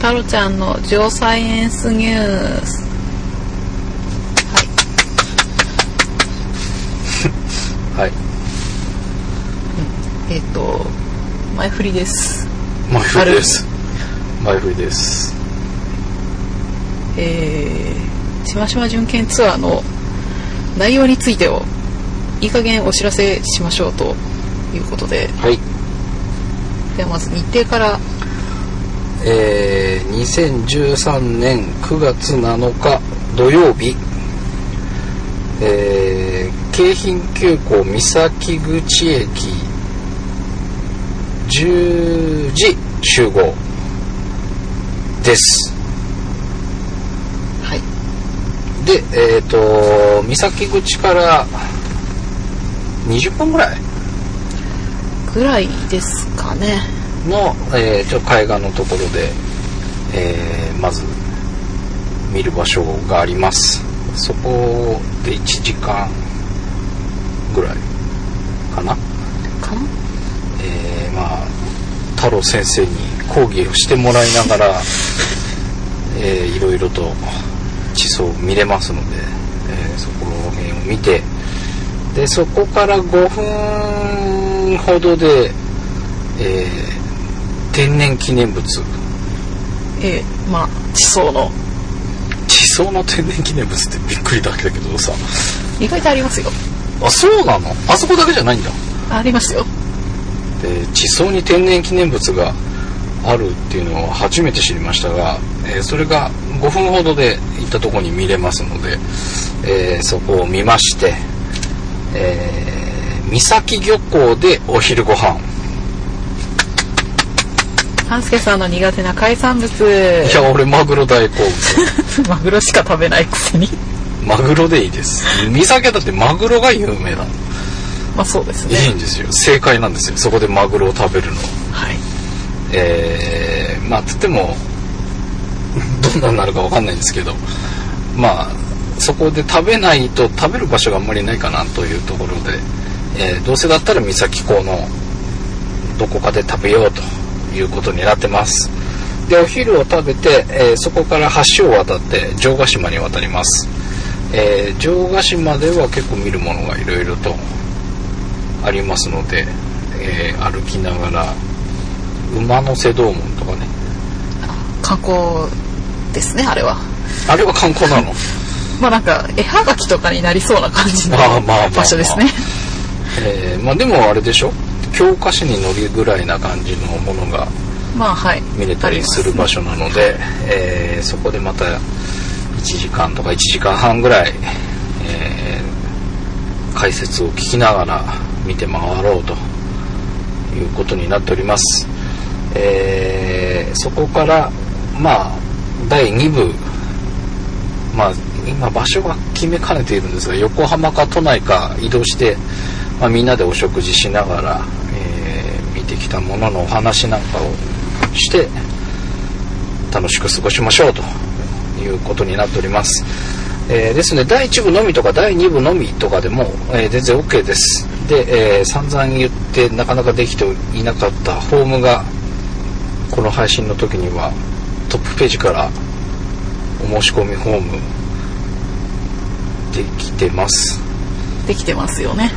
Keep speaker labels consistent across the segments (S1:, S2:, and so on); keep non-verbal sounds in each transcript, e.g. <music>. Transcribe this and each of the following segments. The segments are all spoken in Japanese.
S1: タロちゃんのジオサイエンスニュース。
S2: はい
S1: えっ、と、前振りです。
S2: 前振りです前振りです
S1: えー、しましま巡検ツアーの内容についてをいい加減お知らせしましょうということで、
S2: はい
S1: ではまず日程から、
S2: えー、2013年9月7日土曜日、えー、京浜急行三崎口駅10時集合です
S1: はい、
S2: でえっ、と三崎口から20分ぐらい
S1: ぐらいですかね。
S2: の、えーちょっと海岸のところで、えーまず見る場所がありますそこで1時間ぐらいかな、
S1: かな
S2: えーまあ太郎先生に講義をしてもらいながら、えーいろいろと地層を見れますので、えーそこら辺を見てでそこから5分ほどで、えー天然記念物
S1: えー、まあ、地層の。
S2: 地層の天然記念物ってびっくりだけだけどさ
S1: 意外とありますよ。
S2: あそうなのあそこだけじゃないんだ
S1: ありますよ。
S2: で地層に天然記念物があるっていうのを初めて知りましたが、えーそれが5分ほどで行ったところに見れますので、えーそこを見まして、えー、三崎漁港でお昼ご飯
S1: 半助さんの苦手な海産物。
S2: いや俺マグロ大好物
S1: <laughs> マグロしか食べないくせに。
S2: マグロでいいです三崎はだってマグロが有名なの
S1: まあそうですね。
S2: いいんですよ正解なんですよそこでマグロを食べるのは
S1: はい。
S2: えーまあつってもどんなになるかわかんないんですけどまあそこで食べないと食べる場所があんまりないかなというところで、えーどうせだったら三崎港のどこかで食べようということになってますでお昼を食べて、えーそこから橋を渡って城ヶ島に渡ります、えー城ヶ島では結構見るものがいろいろとありますので、えー歩きながら馬の瀬道門とかね
S1: 観光ですね、あれは。
S2: あれは観光なの
S1: まあなんか、絵はがきとかになりそうな感じの
S2: まあまあまあまあ
S1: 場所ですね。
S2: えーまあでもあれでしょ教科書に載るぐらいな感じのものが
S1: まあはい。
S2: 見れたりする場所なので、えーそこでまた1時間とか1時間半ぐらい、えー解説を聞きながら見て回ろうということになっております、えーそこからまあ第2部まあ今場所が決めかねているんですが横浜か都内か移動して、まあ、みんなでお食事しながら、えー見てきたもののお話なんかをして楽しく過ごしましょうということになっております、えーですので第1部のみとか第2部のみとかでも、えー全然 OK ですで、えー散々言ってなかなかできていなかったフォームがこの配信の時にはトップページからお申し込みフォームできてます
S1: できてますよ
S2: <laughs>
S1: ね。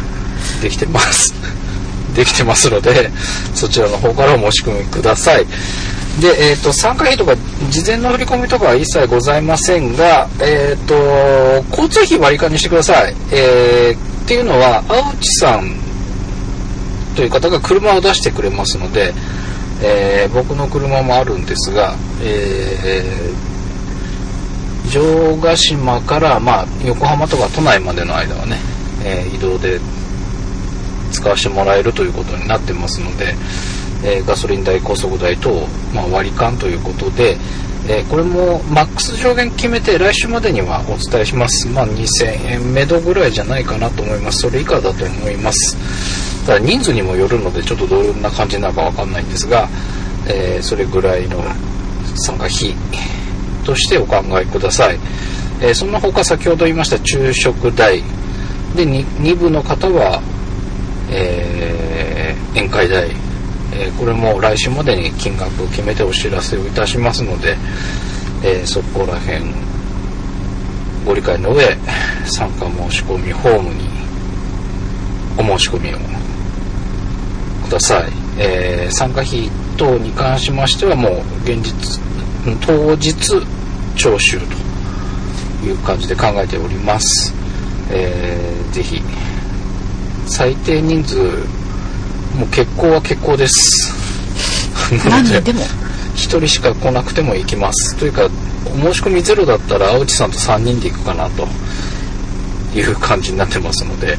S2: できてます <laughs> できてますのでそちらの方からお申し込みくださいで、えー、と参加費とか事前の振り込みとかは一切ございませんが、えー、と交通費割り勘にしてください、えーっていうのは青地さんという方が車を出してくれますので、えー僕の車もあるんですが、えー城ヶ島から、まあ、横浜とか都内までの間はね、えー移動で使わせてもらえるということになってますので、えーガソリン代高速代等、まあ、割り勘ということで、えーこれもマックス上限決めて来週までにはお伝えします、まあ、2000円目処ぐらいじゃないかなと思いますそれ以下だと思いますただ人数にもよるのでちょっとどんな感じなのかわかんないんですが、えーそれぐらいの参加費としてお考えください、えーその他先ほど言いました昼食代で 2, 部の方はえー宴会代えーこれも来週までに金額を決めてお知らせをいたしますので、えーそこら辺ご理解の上参加申し込みフォームにお申し込みをください、えー参加費等に関しましてはもう現実うん当日徴収という感じで考えております、えーぜひ最低人数もう結構は結構ですな
S1: 何
S2: ので
S1: 人でも
S2: 1人しか来なくても行きますというかお申し込みゼロだったら青地さんと3人で行くかなという感じになってますので、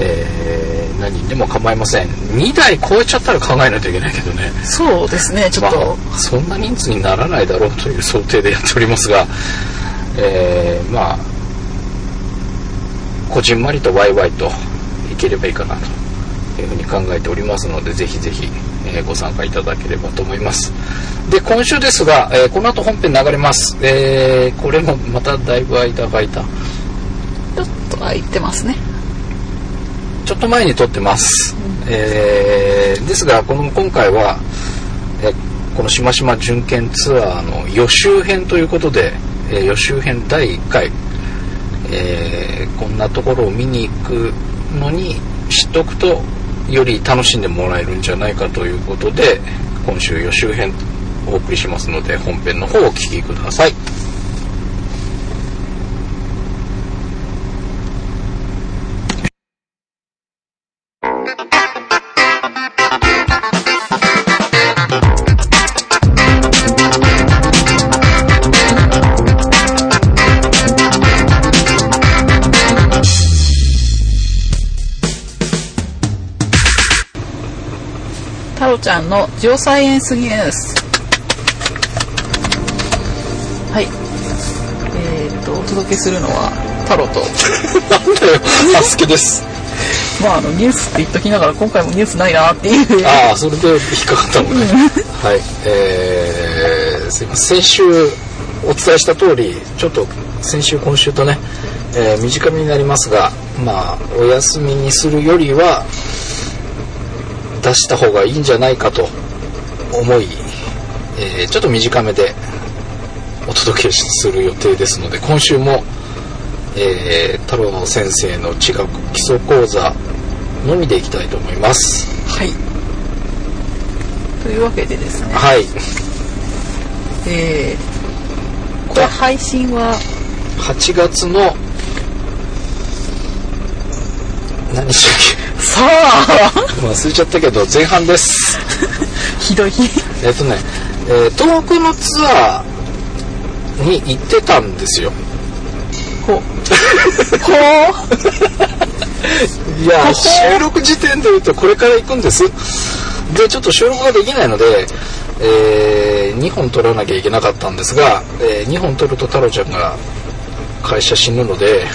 S2: えー何人でも構いません2台超えちゃったら考えないといけないけどね
S1: そうですねちょっと、
S2: まあ、そんな人数にならないだろうという想定でやっておりますが、えーまあこじんまりとワイワイといければいいかなというふうに考えておりますのでぜひぜひ、えーご参加いただければと思いますで今週ですが、えーこの後本編流れます、えーこれもまただいぶ間が空いた
S1: ちょっと空いてますね
S2: ちょっと前に撮ってます、えーですがこの今回はえーこのしましま巡検ツアーの予習編ということで、えー予習編第1回、えーこんなところを見に行くのに知っとくとより楽しんでもらえるんじゃないかということで今週予習編お送りしますので本編の方をお聞きください
S1: 太郎ちゃんのジオサイエンスニュースはいえーっとお届けするのは太郎と
S2: <laughs> なんだよサスケです
S1: まああのニュースって言っときながら今回もニュースないなって
S2: <laughs>
S1: いう
S2: ああそれで引っかかったのねはいえー、すいません先週お伝えした通りちょっと先週今週とね、えー短めになりますがまあお休みにするよりは出した方がいいんじゃないかと思い、えーちょっと短めでお届けする予定ですので今週も、えー太郎先生の地学基礎講座のみでいきたいと思います。
S1: はいというわけでですね
S2: はい、
S1: えーこれ配信は
S2: 8月の何でしたっ
S1: さあ
S2: け忘れちゃったけど前半です
S1: <laughs> ひどい日
S2: えっとね、えー東北のツアーに行ってたんですよ
S1: ほほう
S2: いや
S1: ここ
S2: 収録時点で言うとこれから行くんですでちょっと収録ができないので、え2本撮らなきゃいけなかったんですが、え2本撮ると太郎ちゃんが会社死ぬので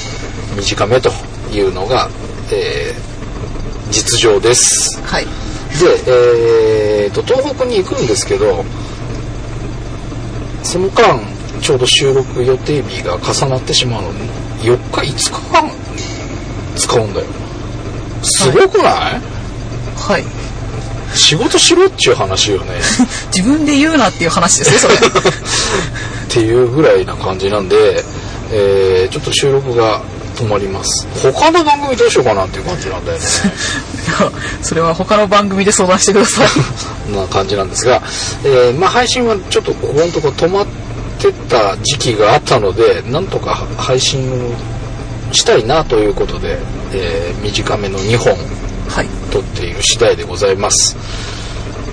S2: 短めというのが、えー実情です
S1: はい
S2: で、えー、と東北に行くんですけどその間ちょうど収録予定日が重なってしまうので4日5日間使うんだよすごくない、
S1: はい
S2: 仕事しろっちゅう話よね
S1: 自分で言うなっていう話ですねそれ <laughs>
S2: っていうぐらいな感じなんで、えーちょっと収録が止まります他の番組どうしようかなっていう感じなんだよね
S1: いやそれは他の番組で相談してくだ <laughs> さい
S2: な感じなんですが、えーまあ、配信はちょっとここのとこ止まってた時期があったのでなんとか配信をしたいなということで、えー短めの2本
S1: はい
S2: 撮っている次第でございます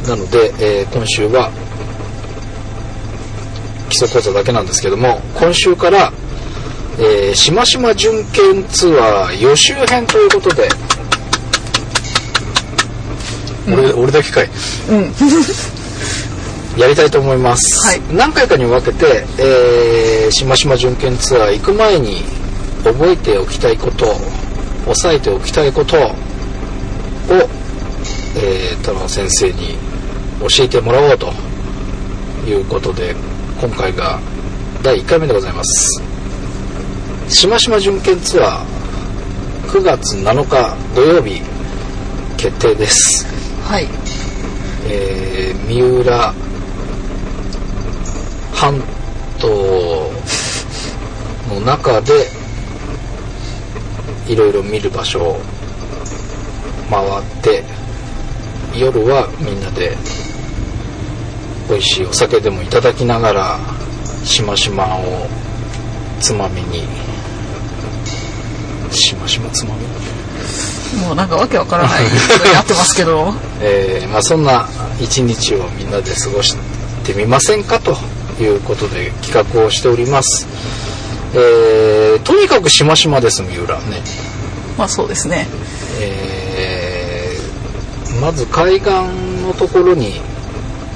S2: なので、えー今週は基礎講座だけなんですけども今週から、えー、しましま巡検ツアー予習編ということで、俺俺だけかい
S1: うん
S2: <laughs> やりたいと思います、
S1: はい
S2: 何回かに分けて、えー、しましま巡検ツアー行く前に覚えておきたいこと押さえておきたいことを、えー、太郎先生に教えてもらおうということで今回が第1回目でございますしましま巡検ツアー9月7日土曜日決定です
S1: はい
S2: えー、三浦半島の中でいろいろ見る場所を回って夜はみんなで美味しいお酒でもいただきながらしましまをつまみにしましまつまみ
S1: もうなんかわけわからないことになってますけど
S2: えーまあ、そんな一日をみんなで過ごしてみませんかということで企画をしております、えーとにかくしましまです三浦ね、
S1: まあそうですね
S2: えーまず海岸のところに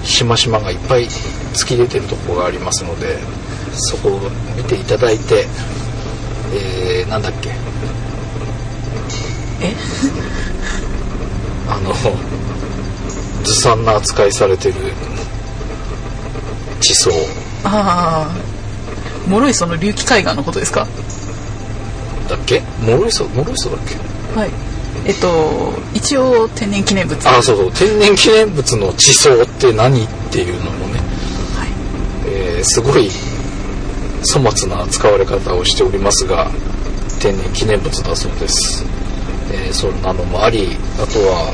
S2: しましまがいっぱい突き出てるところがありますのでそこを見ていただいて、えーなんだっけ
S1: え
S2: <laughs> あのずさんな扱いされてる地層
S1: ああもろいその隆起海岸のことですか
S2: だっけモロイソモロイソだっけ
S1: はいえっと一応天然記念物
S2: あそうそう天然記念物の地層って何っていうのもね、
S1: はい
S2: えーすごい粗末な扱われ方をしておりますが天然記念物だそうです、えーそんなのもありあとは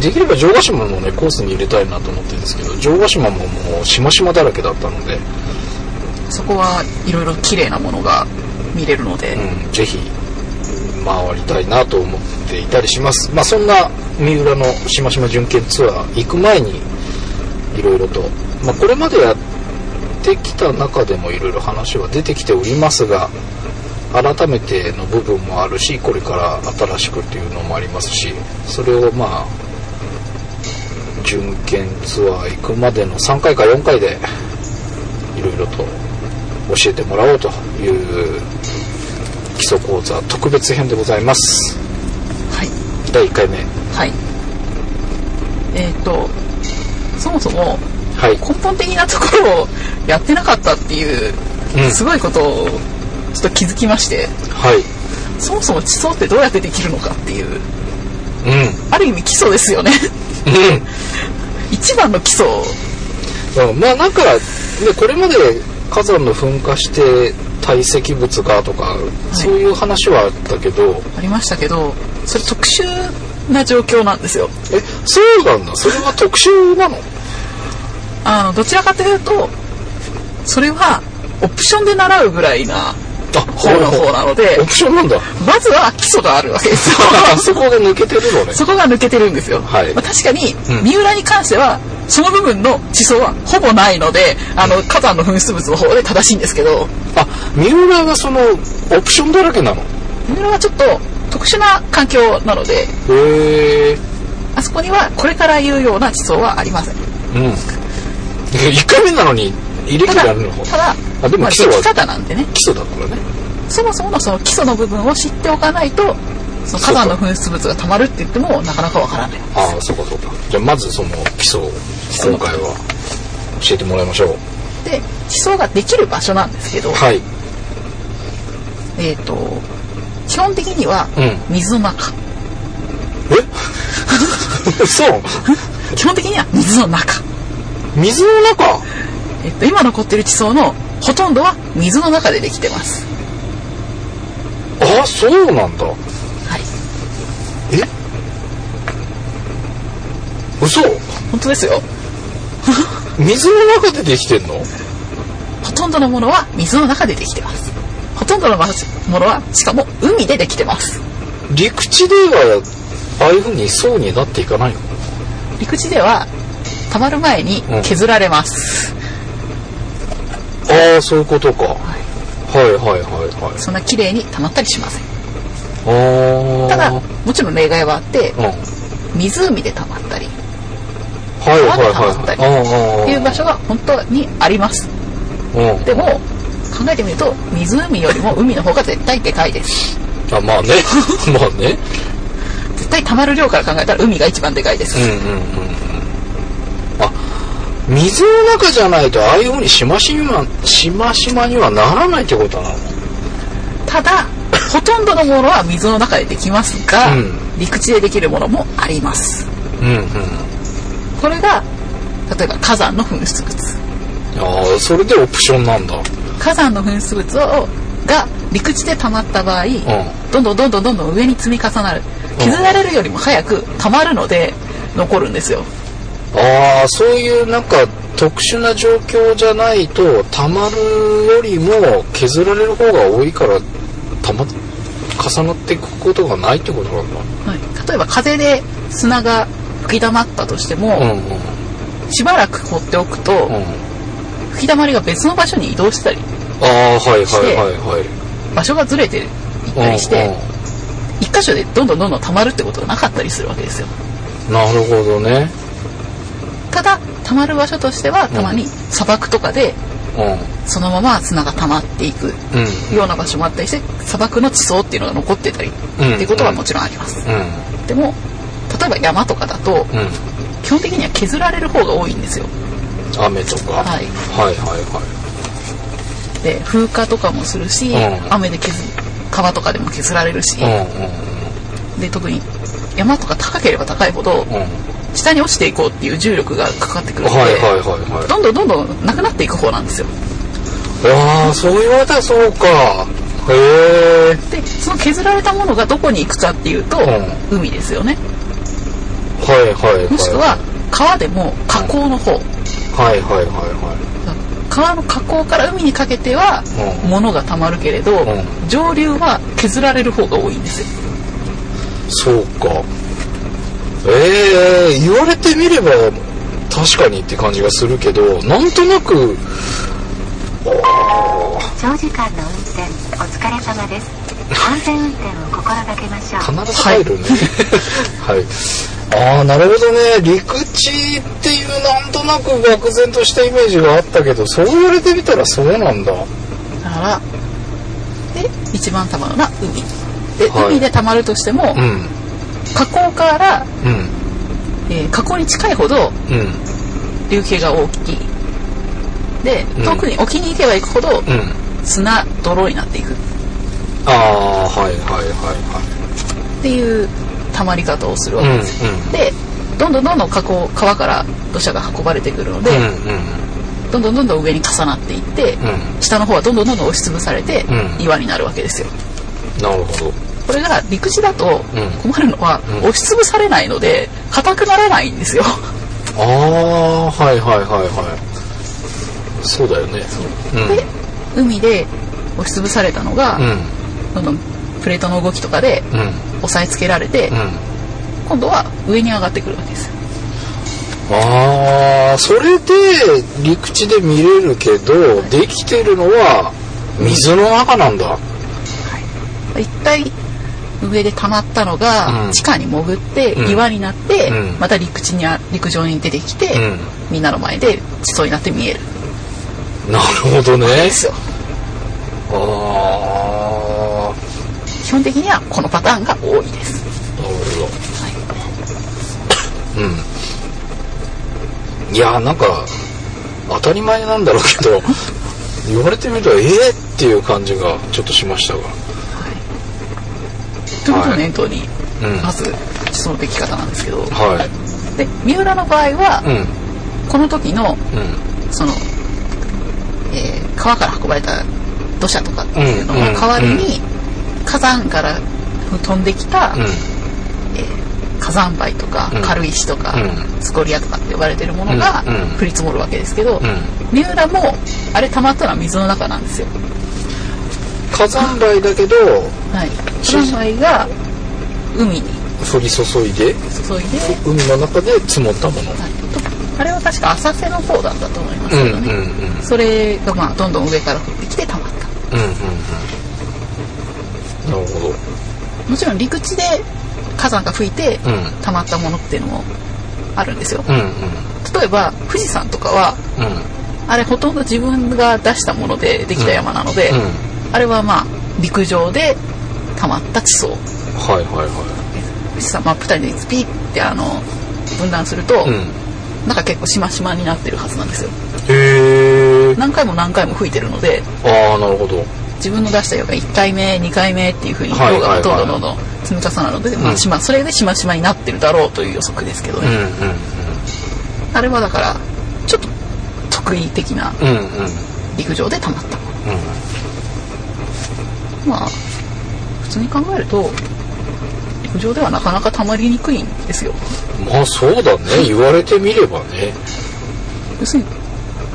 S2: できれば城ヶ島もねコースに入れたいなと思ってるんですけど城ヶ島ももうしましまだらけだったので、
S1: そこはいろいろ綺麗なものが見れるので、
S2: うん、ぜひ回りたいなと思っていたりします、まあ、そんな三浦のしましま巡検ツアー行く前にいろいろと、まあ、これまでやってきた中でもいろいろ話は出てきておりますが改めての部分もあるしこれから新しくっていうのもありますしそれをまあ巡検ツアー行くまでの3回か4回でいろいろと教えてもらおうという基礎講座特別編でございます
S1: はい
S2: 第1回目
S1: はいえっ、とそもそも
S2: はい
S1: 根本的なところをやってなかったっていう、
S2: うん
S1: すごいことをちょっと気づきまして
S2: はい
S1: そもそも地層ってどうやってできるのかっていう
S2: うん
S1: ある意味基礎ですよね <laughs>
S2: うん
S1: 一番の基礎を
S2: うんまあなんか、ね、これまで火山の噴火して堆積物がとか、そういう話はあったけど
S1: ありましたけどそれ特殊な状況なんですよ
S2: えそうなんだそれは特殊なの
S1: あのどちらかというとそれはオプションで習うぐらいな
S2: あ
S1: 方の方なので
S2: オプションなんだ
S1: まずは基礎があるわけ
S2: <laughs>
S1: ですよ
S2: あそこが抜けてるのね
S1: そこが抜けてるんですよ、
S2: はい
S1: まあ、確かに
S2: うん
S1: 三浦に関してはその部分の地層はほぼないのであの火山の噴出物の方で正しいんですけど
S2: あ三浦がそのオプションだらけなの
S1: 三浦はちょっと特殊な環境なので
S2: へえ
S1: あそこにはこれから言うような地層はありません
S2: うん1回目なのに入れ切
S1: た
S2: ら
S1: だ
S2: れるの方
S1: ただ
S2: あでも
S1: まあ
S2: 基礎は
S1: でき方なんでね
S2: 基礎だからね
S1: そもそものその基礎の部分を知っておかないとその火山の噴出物がたまるって言ってもなかなかわからない
S2: ああそうかそうかじゃあまずその基礎を
S1: 礎
S2: 今回は教えてもらいましょう
S1: で地層ができる場所なんですけど、
S2: はい
S1: えっ、と基本的には
S2: う
S1: 水の中、
S2: え <laughs> そう
S1: 基本的には水の中、
S2: 水の中
S1: えっと今残ってる地層のほとんどは水の中でできてます
S2: ああそうなんだ
S1: はい
S2: え嘘
S1: 本当ですよ
S2: 水の中でできてんの
S1: ほとんどのものは水の中でできてますほとんどのものはしかも海でできてます
S2: 陸地ではああいうふうに層になっていかないの
S1: 陸地ではたまる前に削られます、
S2: ああそういうことか、はい、はいはいはい
S1: そんな綺麗に溜まったりしません
S2: はいああ
S1: ただもちろん例外はあって
S2: うんはい
S1: 湖で溜まったりっ
S2: はい
S1: 川が溜まっ
S2: は
S1: た
S2: い
S1: りていう場所が本当にあります
S2: うんうん
S1: でも考えてみると湖よりも海の方が絶対でかいです
S2: あ <laughs> まあねまあね
S1: 絶対溜まる量から考えたら海が一番でかいです、
S2: うんうんうんうんあ水の中じゃないとああいうふうにしましましましまにはならないってことなの
S1: ただほとんどのものは水の中でできますが、
S2: うん
S1: 陸地でできるものもあります
S2: うんうん
S1: これが例えば火山の噴出物
S2: ああそれでオプションなんだ
S1: 火山の噴出物をが陸地で溜まった場合、
S2: ん
S1: どんどんどんどんどんどん上に積み重なる削られるよりも早く溜まるので残るんですよ
S2: ああそういうなんか特殊な状況じゃないとたまるよりも削られる方が多いからたま重なっていくことがないってことなんだ
S1: はい、例えば風で砂が吹き溜まったとしても、
S2: うんうん
S1: しばらく放っておくと、
S2: うん
S1: 吹き溜まりが別の場所に移動したり
S2: ああはいはいはいはい
S1: 場所がずれていったりして、
S2: うんう
S1: 一箇所でどんどんどんどん溜まるってことがなかったりするわけですよ
S2: んなるほどね
S1: ただ溜まる場所としてはたまに砂漠とかで
S2: う
S1: そのまま砂が溜まっていく
S2: んうん
S1: ような場所もあったりして砂漠の地層っていうのが残ってたりっていうことはもちろんあります、
S2: うん
S1: でも例えば山とかだと
S2: うん
S1: 基本的には削られる方が多いんですよ
S2: 雨と
S1: は
S2: か、
S1: い
S2: はいは
S1: で風化とかもするし、
S2: うん
S1: 雨で削る川とかでも削られるし、
S2: いはい
S1: で特に山とか高ければ高いほど
S2: うんうんうん
S1: 下に落ちていこうっていう重力がかかってくるので、
S2: はいはいはいはい
S1: どんどんどんどんなくなっていく方なんですよ
S2: ああそう言われたらそうかへえ
S1: でその削られたものがどこに行くかっていうと、
S2: う
S1: 海ですよね
S2: はいはいはい
S1: もしくは川でも河口の方、
S2: はいはいはいはい
S1: 川の河口から海にかけては
S2: うん
S1: 物がたまるけれど、
S2: ん
S1: 上流は削られる方が多いんですよ
S2: そうか。ええ言われてみれば確かにって感じがするけど、なんとなく、
S3: 長時間の運転お疲れ様です安全運転を心がけましょう
S2: 必ず入るね。 <laughs> はい。ああ、なるほどね。陸地っていうなんとなく漠然としたイメージがあったけど、そう言われてみたらそうなんだ。
S1: だからで一番たまるのは海で、
S2: はい
S1: 海でたまるとしても、
S2: うん。
S1: 河口から、
S2: うん。
S1: えー河口に近いほど
S2: うん。
S1: 流形が大きいで
S2: うん
S1: 特に沖に行けば行くほど
S2: うん。
S1: 砂泥になっていくっ
S2: ああ、はいはいは
S1: ていうたまり方をするわ
S2: いはい。う
S1: け
S2: ん。う
S1: です、。
S2: ん
S1: でどんどんどんどん河口川から土砂が運ばれてくるので、
S2: うん。
S1: どんどんどんどん上に重なっていって、
S2: うん。うん。
S1: 下の方はどんどんどんどん押しつぶされて、
S2: うん
S1: 岩になるわけですよ
S2: なるほど。
S1: これが陸地だと
S2: うん
S1: 困るのは、
S2: うん
S1: 押しつぶされないので硬くならないんですよ
S2: ああー、はいはいはいはい。そうだよね。うん。
S1: で海で押しつぶされたのが、
S2: うん
S1: どんどんプレートの動きとかで
S2: うん
S1: 押さえつけられて、
S2: うん
S1: 今度は上に上がってくるわけですよ
S2: ああそれで陸地で見れるけどできてるのは水の中なんだ
S1: 一回上で溜まったのが、
S2: うん
S1: 地下に潜って
S2: うん
S1: 岩になって、
S2: うん
S1: また陸地にあ陸上に出てきて、
S2: うん
S1: みんなの前で地層になって見えるん
S2: なるほどね
S1: ですよ
S2: ああ
S1: 基本的にはこのパターンが多いです、
S2: なるほ
S1: は
S2: どうんいやーなんか当たり前なんだろうけど <laughs> 言われてみるとええー、っていう感じがちょっとしましたが
S1: い、ということを念頭に、
S2: うん
S1: まず地層のでき方なんですけど、
S2: はい
S1: で三浦の場合は、
S2: うん
S1: この時の
S2: うん
S1: その、えー川から運ばれた土砂とかっていうのの代わりに、火山から飛んできた、
S2: うん
S1: 火山灰とか
S2: うん
S1: 軽石とか、
S2: うん
S1: スコリアとかって呼ばれてるものが
S2: うんうん
S1: 降り積もるわけですけど、
S2: うん
S1: 三浦もあれ溜まったのは水の中なんですよ。
S2: 火山灰だけど
S1: はい、火山灰が海に
S2: 降り注いで
S1: 注いで、
S2: 海の中で積もったもの
S1: はいとあれは確か浅瀬の方だったと思いますけどね、
S2: うんうんうん
S1: それがまあどんどん上から降ってきて溜まった。
S2: うんうんうんなるほど
S1: もちろん陸地で火山が吹いて
S2: うん
S1: 溜まったものっていうのもあるんですよ
S2: うんうん
S1: 例えば富士山とかは
S2: うん
S1: あれほとんど自分が出したものでできた山なので、
S2: うん
S1: あれはまあ陸上で溜まった地層
S2: はいはいは
S1: 富士山真っ二人でピーってあの分断すると、
S2: いうん
S1: なんか結構しましまになってるはずなんですよ
S2: へえ
S1: 何回も何回も吹いてるので
S2: ああなるほど
S1: 自分の出したよが1回目2回目っていう風に
S2: はい
S1: 量がどん
S2: は
S1: ど
S2: い
S1: んどんどん積み重なるので、
S2: ん
S1: まあしまそれでしましまになってるだろうという予測ですけど
S2: うん
S1: ね、
S2: うんうん
S1: あれはだからちょっと特異的な
S2: うんうん
S1: 陸上で溜まった
S2: うん
S1: まあ普通に考えると陸上ではなかなか溜まりにくいんですよ
S2: まあそうだね言われてみればね
S1: 要するに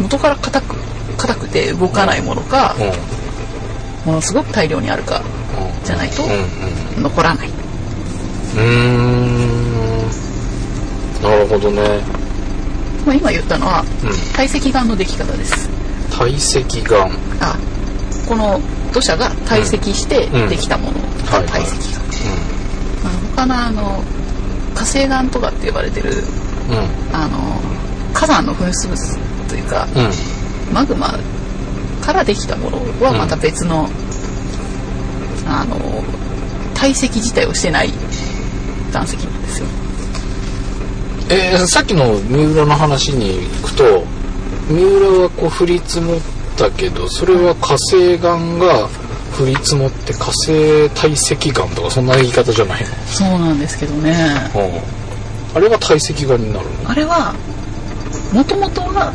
S1: 元から硬く硬くて動かないものか、
S2: うん
S1: ものすごく大量にあるかじゃないと
S2: う
S1: 残らない
S2: んうんうーんなるほどね
S1: まあ、今言ったのは、
S2: うん
S1: 堆積岩のでき方です
S2: 堆積岩うん
S1: あこの土砂が堆積して
S2: うん
S1: できたもの
S2: はいは
S1: が
S2: い
S1: 堆積岩、あの他のあの火成岩とかって呼ばれてる
S2: うん
S1: あの火山の噴出物というか
S2: うん
S1: マグマからできたものはまた別の、あの堆積自体をしてない岩石なんですよ
S2: えーさっきの三浦の話に行くと三浦はこう降り積もったけどそれは火星岩が降り積もって火星堆積岩とかそんな言い方じゃない
S1: そうなんですけどね
S2: の、あれは堆積岩になるの
S1: あれはもともとは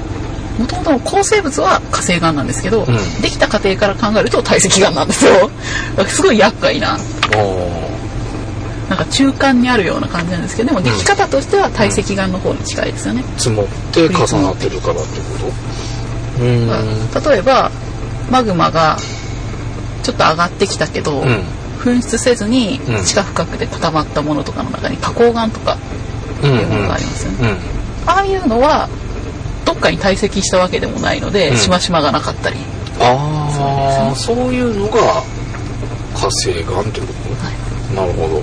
S1: もともとの構成物は火星岩なんですけど、
S2: ん
S1: できた過程から考えると堆積岩なんですよ <laughs> すごい厄介ななんか中間にあるような感じなんですけどでもでき方としては堆積岩の方に近いですよね、
S2: 積もって重なってるからってことうん
S1: 例えばマグマがちょっと上がってきたけど、
S2: うん
S1: 噴出せずに
S2: うん
S1: 地下深くで固まったものとかの中に花崗岩とか
S2: う
S1: っ
S2: ん
S1: ていうものがありますよね、
S2: うん
S1: ああいうのはどっかに堆積したわけでもないので、
S2: うん
S1: しましまがなかったり
S2: ああそういうのが火星岩ってこと、なるほど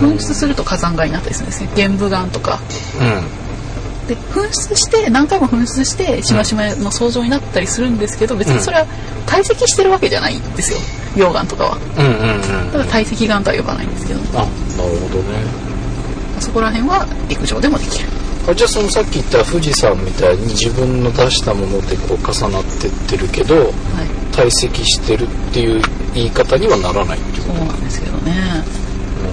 S1: 噴出すると火山岩になったりするんですね玄武岩とかで噴出して何回も噴出してしましまの相乗になったりするんですけど別にそれは堆積してるわけじゃないんですよ溶岩とかは
S2: うんうんうん
S1: だか
S2: うん
S1: ら堆積岩とは呼ばないんですけど
S2: あなるほどね
S1: そこら辺は陸上でもできる
S2: あじゃあそのさっき言った富士山みたいに自分の出したものでこう重なってってるけど
S1: はい
S2: 堆積してるっていう言い方にはならないっていう
S1: そうなんですけどね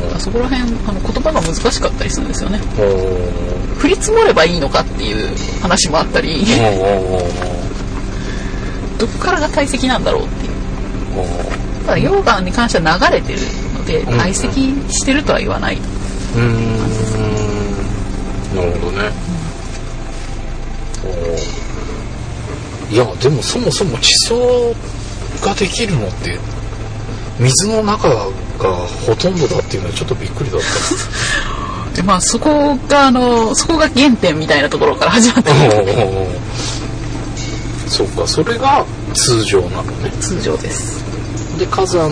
S1: だからそこら辺あの言葉が難しかったりするんですよね
S2: おー
S1: 降り積もればいいのかっていう話もあったり
S2: おーおーお
S1: どこからが堆積なんだろうっていう
S2: ーおー
S1: ただ溶岩に関しては流れてるので
S2: ん
S1: 堆積してるとは言わない、
S2: うーんなるほどね、おーいやでもそもそも地層ができるのって水の中がほとんどだっていうのはちょっとびっくりだった
S1: でまあそこがあのそこが原点みたいなところから始まってる
S2: <laughs> そうかそれが通常なのね
S1: 通常です
S2: で火山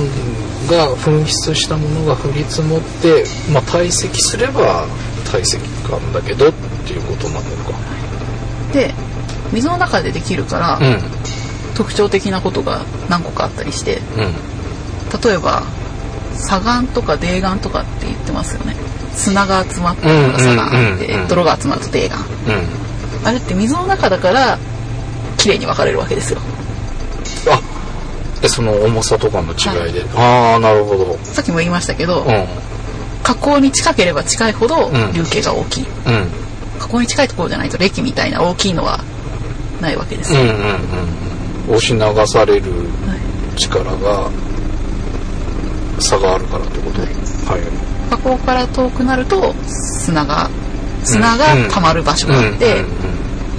S2: が噴出したものが降り積もって、まあ、堆積すれば堆積感だけどっていうことなのか
S1: で水の中でできるから、
S2: ん
S1: 特徴的なことが何個かあったりして
S2: うん
S1: 例えば砂岩とか泥岩とかって言ってますよね砂が集まってるのが砂岩
S2: うんうんうんう
S1: で
S2: ん
S1: 泥が集まると泥岩
S2: うん
S1: あれって水の中だから綺麗に分かれるわけですよ
S2: あえその重さとかの違いで、ああなるほどうん
S1: さっきも言いましたけど、河口に近ければ近いほど
S2: ん
S1: 流形が大きい、
S2: うん
S1: 河口に近いところじゃないと礫みたいな大きいのはないわけです、
S2: うんうんうん押し流される
S1: はい
S2: 力が差があるからってこと
S1: はい
S2: はい
S1: 河口から遠くなると砂が砂が溜まる場所があって、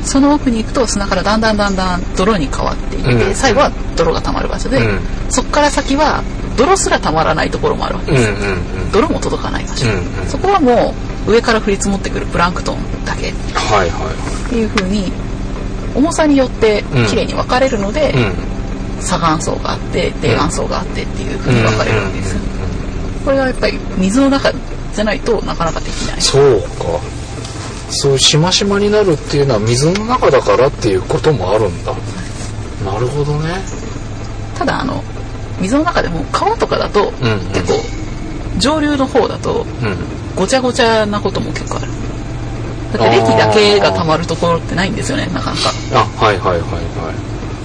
S1: その奥に行くと砂からだんだんだんだん泥に変わっていって、
S2: うん
S1: 最後は泥が溜まる場所で、
S2: うん
S1: そこから先は泥すら溜まらないところもあるわけ
S2: うん
S1: で
S2: うん
S1: す、
S2: うんうん
S1: 泥も届かない場所、
S2: うんうん
S1: そこはもう上から降り積もってくるプランクトンだけっ
S2: はいは
S1: ていう風に重さによって綺麗に分かれるので、
S2: いうん
S1: 砂岩層があって泥岩層があってっていう風に分かれるわけですよ、
S2: う
S1: これはやっぱり水の中じゃないとなかなかできない
S2: そうかそうしましまになるっていうのは水の中だからっていうこともあるんだなるほどね
S1: ただあの水の中でも川とかだと、
S2: うんうん
S1: 結構上流の方だと
S2: うん
S1: ごちゃごちゃなことも結構あるだって歴だけが溜まるところってないんですよねなかなか
S2: あはいはいはいは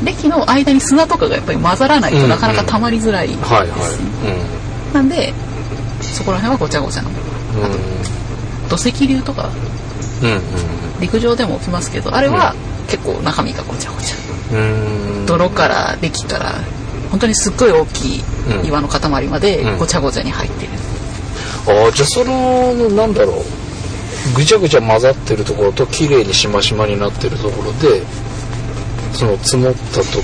S1: 歴の間に砂とかがやっぱり混ざらない
S2: うんう
S1: と
S2: ん
S1: なかなか溜まりづらいです、ね
S2: いはいは
S1: なんでそこら辺はごちゃごちゃなもの
S2: いうんうん
S1: 土石流とか
S2: うんうん
S1: 陸上でも起きますけどあれは結構中身がごちゃごちゃ
S2: うんうん
S1: 泥から礫から本当にすっごい大きい岩の塊まで
S2: うん
S1: ごちゃごちゃに入ってる、
S2: ああじゃあそのなんだろうぐちゃぐちゃ混ざってるところと綺麗にしましまになってるところでその積もった時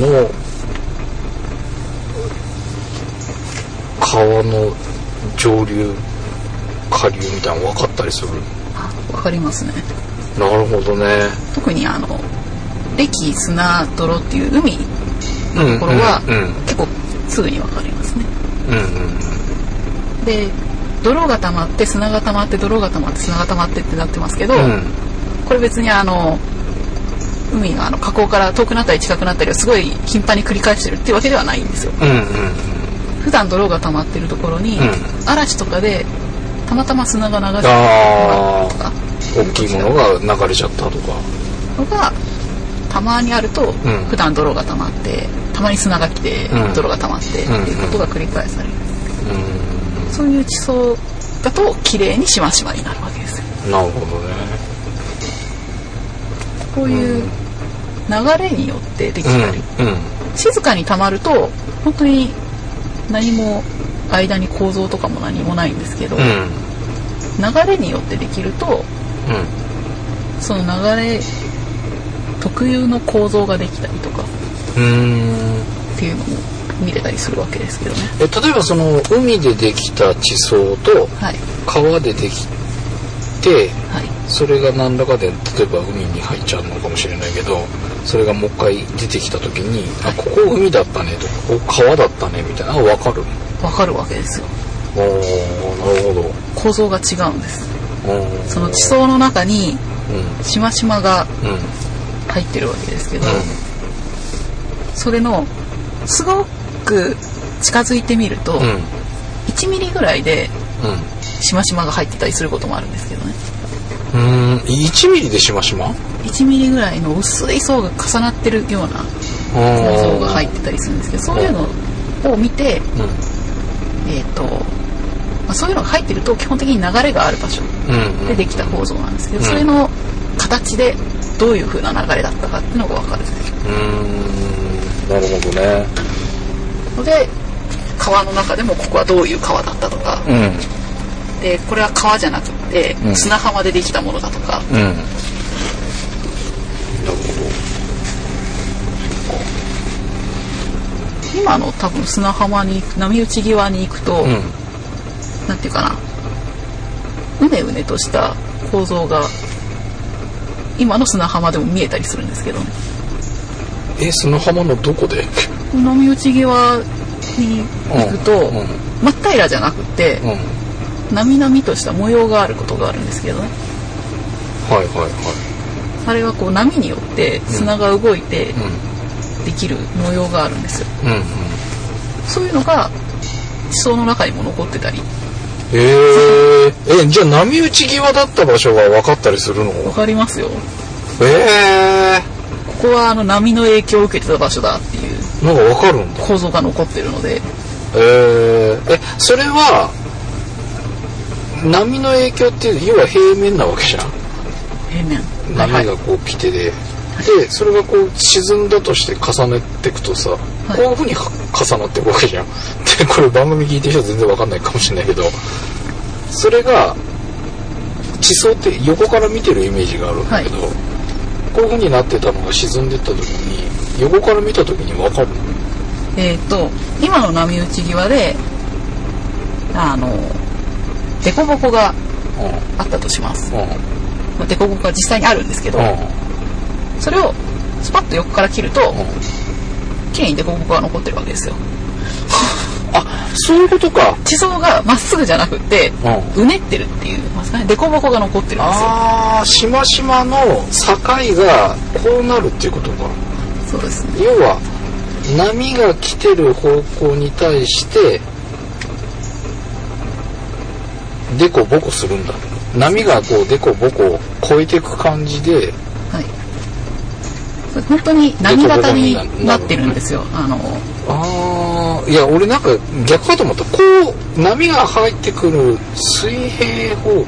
S2: の川の上流下流みたいなの分かったりする
S1: あわかりますね
S2: なるほどね
S1: 特にあの礫砂泥っていう海の
S2: うん
S1: ところは
S2: うんうん
S1: 結構すぐにわかりますね
S2: うんうん
S1: で泥が溜まって砂が溜まって泥が溜まって砂が溜まってってなってますけど、
S2: うん
S1: これ別にあの海のあの河口から遠くなったり近くなったりをすごい頻繁に繰り返してるっていうわけではないんですよ
S2: うんうん
S1: 普段泥が溜まってるところに、
S2: う
S1: 嵐とかでたまたま砂が流れて
S2: あ
S1: とか
S2: ー大きいものが流れちゃったとか
S1: のがたまにあると、
S2: ん
S1: 普段泥が溜まってたまに砂が来て、
S2: うん
S1: 泥が溜まってっていうことが繰り返される、
S2: う
S1: そういう地層だと綺麗にしましまになるわけですよ
S2: んなるほどね
S1: こういう流れによってできたり、
S2: うんうん
S1: 静かに溜まると本当に何も間に構造とかも何もないんですけど、
S2: うん
S1: 流れによってできると
S2: うん
S1: その流れ特有の構造ができたりとかっ
S2: うーん
S1: ていうのも見れたりするわけですけどね
S2: え例えばその海でできた地層と
S1: はい
S2: 川でできて
S1: はい
S2: それが何らかで例えば海に入っちゃうのかもしれないけどそれがもう一回出てきた時に「あここ海だったね」とか「ここ川だったね」みたいなのが分かる
S1: わかるわけですよ
S2: おーなるほど
S1: 構造が違うんです
S2: おー
S1: その地層の中に
S2: うん
S1: しましまが
S2: うん
S1: 入ってるわけですけど、
S2: う
S1: それのすごく近づいてみると、
S2: んうん
S1: 1ミリぐらいで
S2: うん
S1: しましまが入ってたりすることもあるんですけどね
S2: うーん1ミリでしましま
S1: 1ミリぐらいの薄い層が重なってるような構造が入ってたりするんですけどそういうのを見て、
S2: うん
S1: えーとまあそういうのが入ってると基本的に流れがある場所
S2: うんう
S1: で
S2: ん
S1: できた構造なんですけど、
S2: うん
S1: それの形でどういう風な流れだったかっていうのが分かる
S2: うーんなるほどね
S1: ので川の中でもここはどういう川だったとか
S2: うん
S1: でこれは川じゃなくて
S2: うん
S1: 砂浜でできたものだとか、
S2: うん。なるほど。
S1: 今の多分砂浜に波打ち際に行くと、
S2: うん。
S1: なんていうかなうねうねとした構造が今の砂浜でも見えたりするんですけどね
S2: え、砂浜のどこで？
S1: 波打ち際に行くと、
S2: うんうん
S1: 真っ平らじゃなくて
S2: うん。はい
S1: 波々とした模様があることがあるんですけどね
S2: はいは
S1: あれはこう波によって砂が動いて
S2: い。
S1: できる模様があるんですよ
S2: うん。うんうん。
S1: そういうのが地層の中にも残ってたり
S2: えー、え、じゃあ波打ち際だった場所が分かったりするの？
S1: わかりますよ
S2: え
S1: ここはあの波の影響を受けてた場所だっていう
S2: えー、なんか分かるんだ。
S1: 構造が残ってるので
S2: えー、え、それは波の影響っていう要は平面なわけじゃん。
S1: 平面はいは
S2: 波
S1: い
S2: がこう来てで、でそれがこう沈んだとして重ねていくとさ、
S1: い
S2: こういうふうにか重なっていくわけじゃん。でこれ番組聞いてる人は全然わかんないかもしれないけどそれが地層って横から見てるイメージがあるんだけど、こういうふうになってたのが沈んでった時に横から見た時にわかる
S1: えっ、と今の波打ち際であの凸凹が
S2: うんうん
S1: あったとします
S2: うん
S1: まあ凸凹が実際にあるんですけど、それをスパッと横から切ると
S2: うん
S1: 綺麗に凸凹が残ってるわけですよ
S2: あそういうことか
S1: 地層がまっすぐじゃなくて
S2: う
S1: うねってるっていうんですかね凸凹が残ってるんですよ
S2: ああしましまの境がこうなるっていうことか
S1: そうですね
S2: 要は波が来てる方向に対してデコボコするんだ波がこうデコボコを超えていく感じで
S1: はいそれ本当に波形になってるんですよあの
S2: ああいや俺なんか逆かと思ったこう波が入ってくる水平方向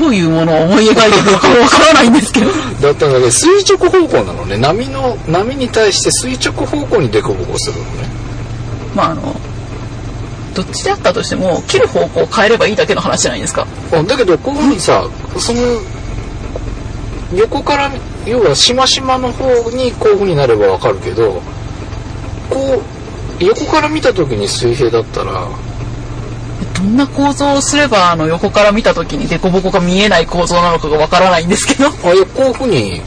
S1: どういうものを思い描いてるのかわからないんですけど
S2: だったんだけど垂直方向なのね波の波に対して垂直方向に凸凹するのね
S1: まああのどっちであったとしても切る方向を変えればいいだけの話じゃないですか
S2: あだけどこういうふうにさ、その横から要はしましまの方にこういうふうになればわかるけどこう横から見た時に水平だったら
S1: どんな構造をすればあの横から見た時に凸凹が見えない構造なのかがわからないんですけど
S2: あいやこういうふうに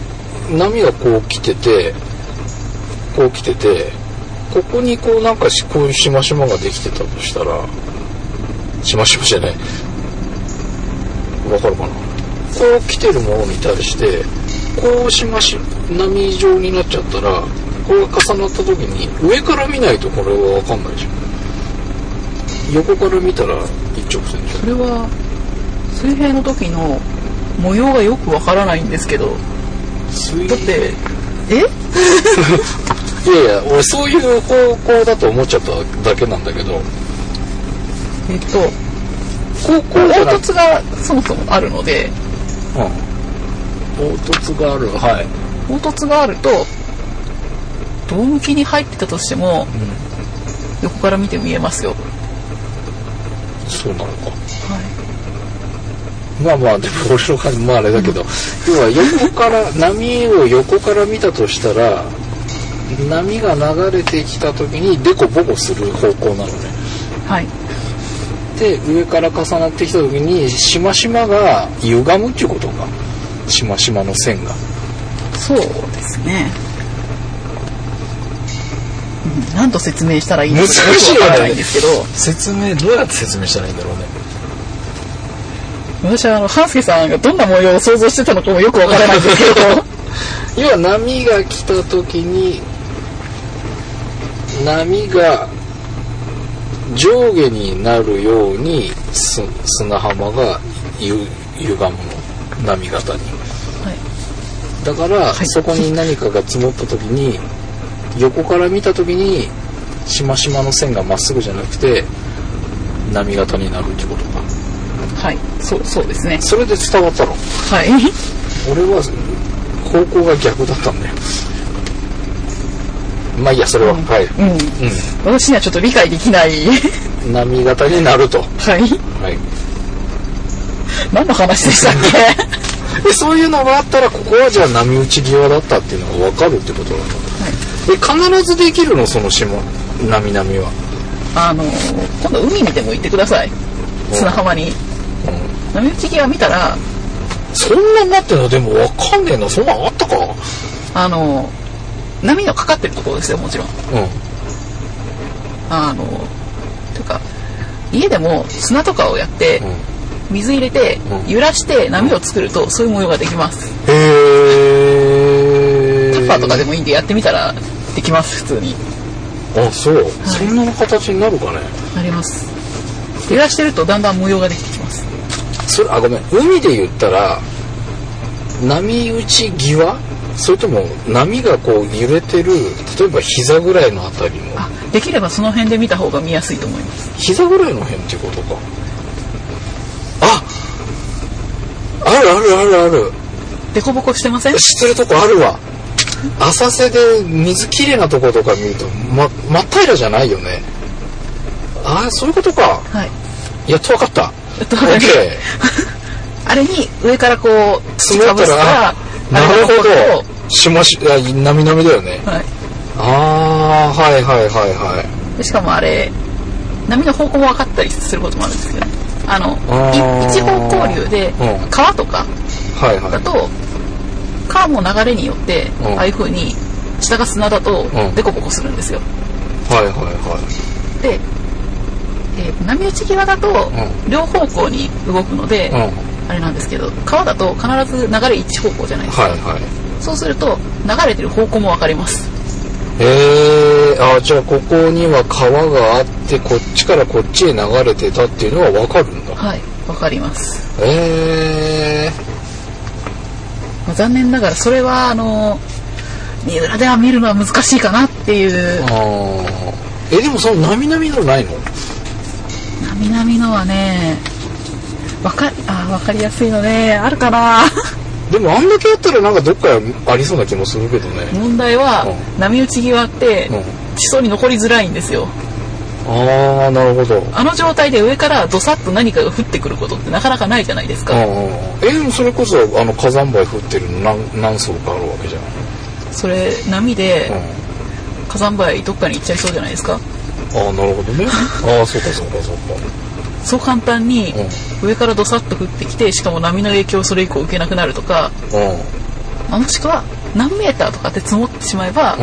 S2: 波がこう来ててこう来ててここにこうなんかしこういうしましまができてたとしたらしましまじゃないわかるかなこう来てるものに対してこうしまし波状になっちゃったらこれが重なった時に上から見ないとこれはわかんないじゃん横から見たら一直線じゃん
S1: それは水平の時の模様がよくわからないんですけど
S2: 水
S1: だってえ
S2: いやいや俺そういう方向だと思っちゃっただけなんだけど
S1: えっと
S2: こうこうじ
S1: 凹
S2: ゃなく
S1: 凸がそもそもあるので
S2: うん、凹凸があるはい、
S1: 凹凸があると胴向きに入ってたとしても、横から見て見えますよ、は
S2: そうなのかまあまあでも俺の感じまああれだけど要は横から波を横から見たとしたら波が流れてきた時にデコボコする方向なのね
S1: い、はい、
S2: で上から重なってきた時にしましまが歪むっていうことかしましまの線が
S1: そうですね、うん、何と説明したらいいのか
S2: 難しいよね
S1: よくわからないんですけど
S4: 説明どうやって説明したらいいんだろうね
S1: 私はあの半助さんがどんな模様を想像してたのかもよくわからないんですけ <laughs> ど
S2: <laughs> 要は波が来た時に波が上下になるようにす砂浜がゆ歪むの波形に
S1: はい
S2: だから、
S1: い
S2: そこに何かが積もった時に横から見た時にしましまの線がまっすぐじゃなくて波形になるってことか
S1: はいそうそうですね
S2: それで伝わったの
S1: はい
S2: 俺は方向が逆だったんだよまあいいやそれは、はい、
S1: うん私にはちょっと理解できない
S2: うん、波形になると
S1: はい
S2: はい、
S1: 何の話でしたっけ <laughs>
S2: でそういうのがあったらここはじゃあ波打ち際だったっていうのが分かるってことなの、え必ずできるのその島波々は
S1: あの今度海にでも行ってください砂浜に波打ち際見たら
S2: そんなんなってんのでも分かんねえなそんなんあったかう
S1: あの波のかかってるところですよもちろん
S2: ん
S1: あのというか家でも砂とかをやって
S2: うん
S1: 水入れて
S2: うん
S1: 揺らして波を作るとそういう模様ができます
S2: へえ
S1: タッパーとかでもいいんでやってみたらできます普通に
S2: あそう、そんな形になるかね
S1: なります揺らしてるとだんだん模様ができてきます
S2: それあごめん海で言ったら波打ち際それとも波がこう揺れてる例えば膝ぐらいのあたりの
S1: あできればその辺で見た方が見やすいと思います
S2: 膝ぐらいの辺っていうことかああるあるあるある
S1: デコボコしてません
S2: 知ってるとこあるわ浅瀬で水きれいなとことか見るとま真っ平らじゃないよねああそういうことか
S1: はい
S2: やっとわかった
S1: やっとわかった
S2: OK
S1: あれに上からこう土
S2: 積も
S1: か
S2: っ
S1: ぶ
S2: た
S1: すからら
S2: あなる
S1: あれの
S2: ほ
S1: こ
S2: どしましあなみなみだよね
S1: とをはい
S2: ああはいはいはいはい
S1: でしかもあれ波の方向も分かったりすることもあるんですけどあの
S2: あー
S1: い一方向流で
S2: うん
S1: 川とか
S2: はいは
S1: だ
S2: い
S1: と川も流れによって
S2: うん
S1: ああいう風に下が砂だと
S2: ん
S1: デコボコするんですよ
S2: はいはいは
S1: で、えー波打ち際だと
S2: う
S1: 両方向に動くので
S2: いうんはい
S1: あれなんですけど川だと必ず流れ一方向じゃないですか
S2: はい
S1: そうすると流れてる方向も分かります
S2: えー、あじゃあここには川があってこっちからこっちへ流れてたっていうのはわかるんだ
S1: はい分かります
S2: えー、
S1: まあ残念ながらそれはあの三浦では見るのは難しいかなっていう
S2: あーえでもそのなみなみのないの
S1: 並々のはねわかあーわかりやすいのねあるか <laughs> な
S2: でもあんだけやったらなんかどっかありそうな気もするけどね
S1: 問題は、
S2: う
S1: 波打ち際って、
S2: うん
S1: 地層に残りづらいんですよ
S2: ああなるほど
S1: あの状態で上からドサッと何かが降ってくることってなかなかないじゃないですか、
S2: うんうんうんえでもそれこそあの火山灰降ってるの何何層かあるわけじゃない、
S1: それ波で
S2: うん、
S1: 火山灰どっかに行っちゃいそうじゃないですか
S2: ああなるほど <laughs> ねああそうかそうかそうか
S1: そう簡単に
S2: う
S1: 上からドサッと降ってきてしかも波の影響をそれ以降受けなくなるとか
S2: うんうん
S1: まあもしくは何メーターとかって積もってしまえば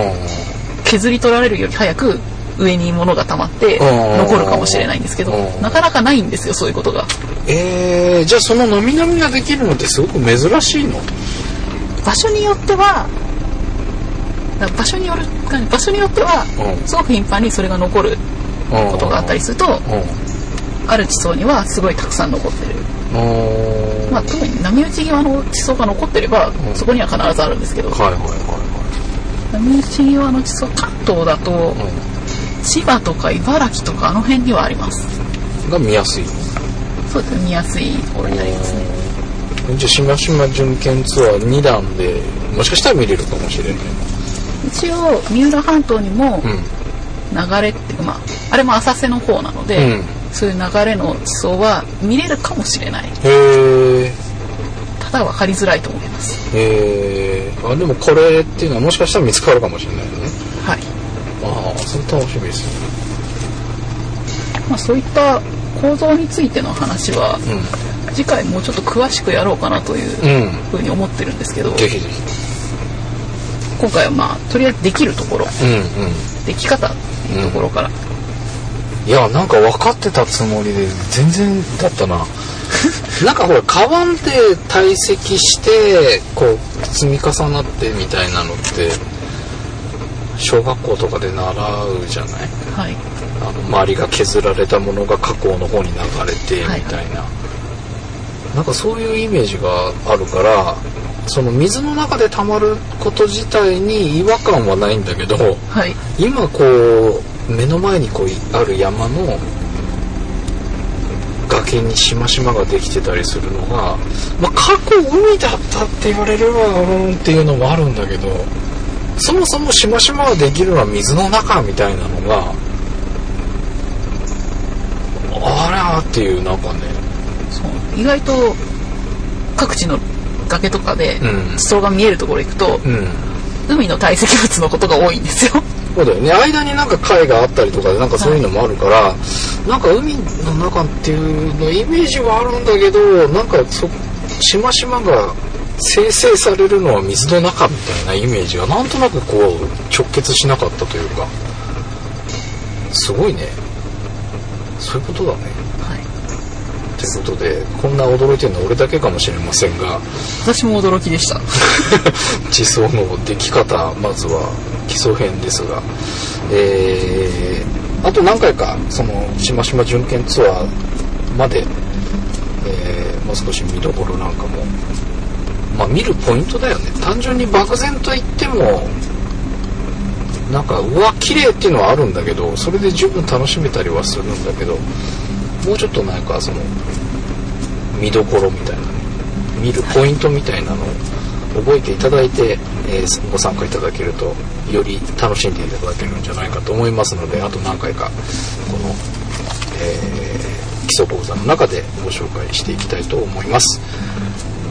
S1: 削り取られるより早く上に物が溜まって
S2: うん
S1: 残るかもしれないんですけど
S2: うん
S1: なかなかないんですよそういうことが
S2: えー、じゃあそのなみなみができるのってすごく珍しいの
S1: 場所によってはだから場所による場所によっては
S2: うん
S1: すごく頻繁にそれが残るこ
S2: こと
S1: があったりすると
S2: うんうん
S1: ある地層にはすごいたくさん残ってるま
S2: は
S1: あ特に波打ち際の地層が残ってれば
S2: ん
S1: そこには必ずあるんですけど
S2: いはいは
S1: 波打ち際の地層関東だと
S2: いはい、
S1: 千葉とか茨城とかあの辺にはあります
S2: うん、が見やすい
S1: そうですね見やすいところになりますね
S2: じゃあしましま巡検ツアー2段でもしかしたら見れるかもしれない
S1: 一応三浦半島にも
S2: うん
S1: 流れっていうかまああれも浅瀬の方なので、
S2: うん
S1: そういう流れの地層は見れるかもしれない
S2: へえ
S1: ただ分かりづらいと思います
S2: えー、あでもこれっていうのはもしかしたら見つかるかもしれないよね
S1: はい、
S2: ああそれ楽しみですね
S1: まあ、そういった構造についての話は、次回もうちょっと詳しくやろうかなという
S2: うん
S1: ふうに思ってるんですけど
S2: ぜひぜひ
S1: 今回はまあとりあえずできるところ
S2: うん
S1: でき方っていうところから、
S2: うんいやなんか分かってたつもりで全然だったな <laughs> なんかほらカバンで堆積してこう積み重なってみたいなのって小学校とかで習うじゃない
S1: はい
S2: あの周りが削られたものが河口の方に流れて
S1: はい
S2: みたいな、なんかそういうイメージがあるからその水の中で溜まること自体に違和感はないんだけど
S1: はい
S2: 今こう目の前にこうある山の崖にしましまができてたりするのが、まあ、過去海だったって言われればうんっていうのもあるんだけどそもそもしましまができるのは水の中みたいなのがあらーっていうなんかね
S1: そう意外と各地の崖とかで
S2: うん
S1: 地層が見えるところ行くと、
S2: うん
S1: 海の堆積物のことが多いんですよ
S2: そうだよね間になんか貝があったりとかでなんかそういうのもあるから、なんか海の中っていうのイメージはあるんだけどなんかそしましまが生成されるのは水の中みたいなイメージがなんとなくこう直結しなかったというかすごいねそういうことだね
S1: はい
S2: ということでこんな驚いてるのは俺だけかもしれませんが
S1: 私も驚きでした
S2: <laughs> 地層のでき方まずは基礎編ですがえーあと何回かそのしましま巡検ツアーまで、えーもう少し見どころなんかも、まあ、見るポイントだよね単純に漠然と言ってもなんかうわ綺麗っていうのはあるんだけどそれで十分楽しめたりはするんだけどもうちょっとなんかその見どころみたいなね見るポイントみたいなのを覚えていただいて、えーご参加いただけるとより楽しんでいただけるんじゃないかと思いますのであと何回かこの、えー基礎講座の中でご紹介していきたいと思います。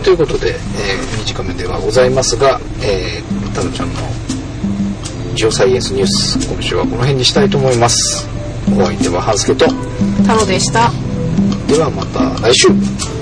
S2: ということで、えー短めではございますが、えー、タロちゃんのジオサイエンスニュース今週はこの辺にしたいと思います。お相手はハンスケと
S1: 太郎でした
S2: ではまた来週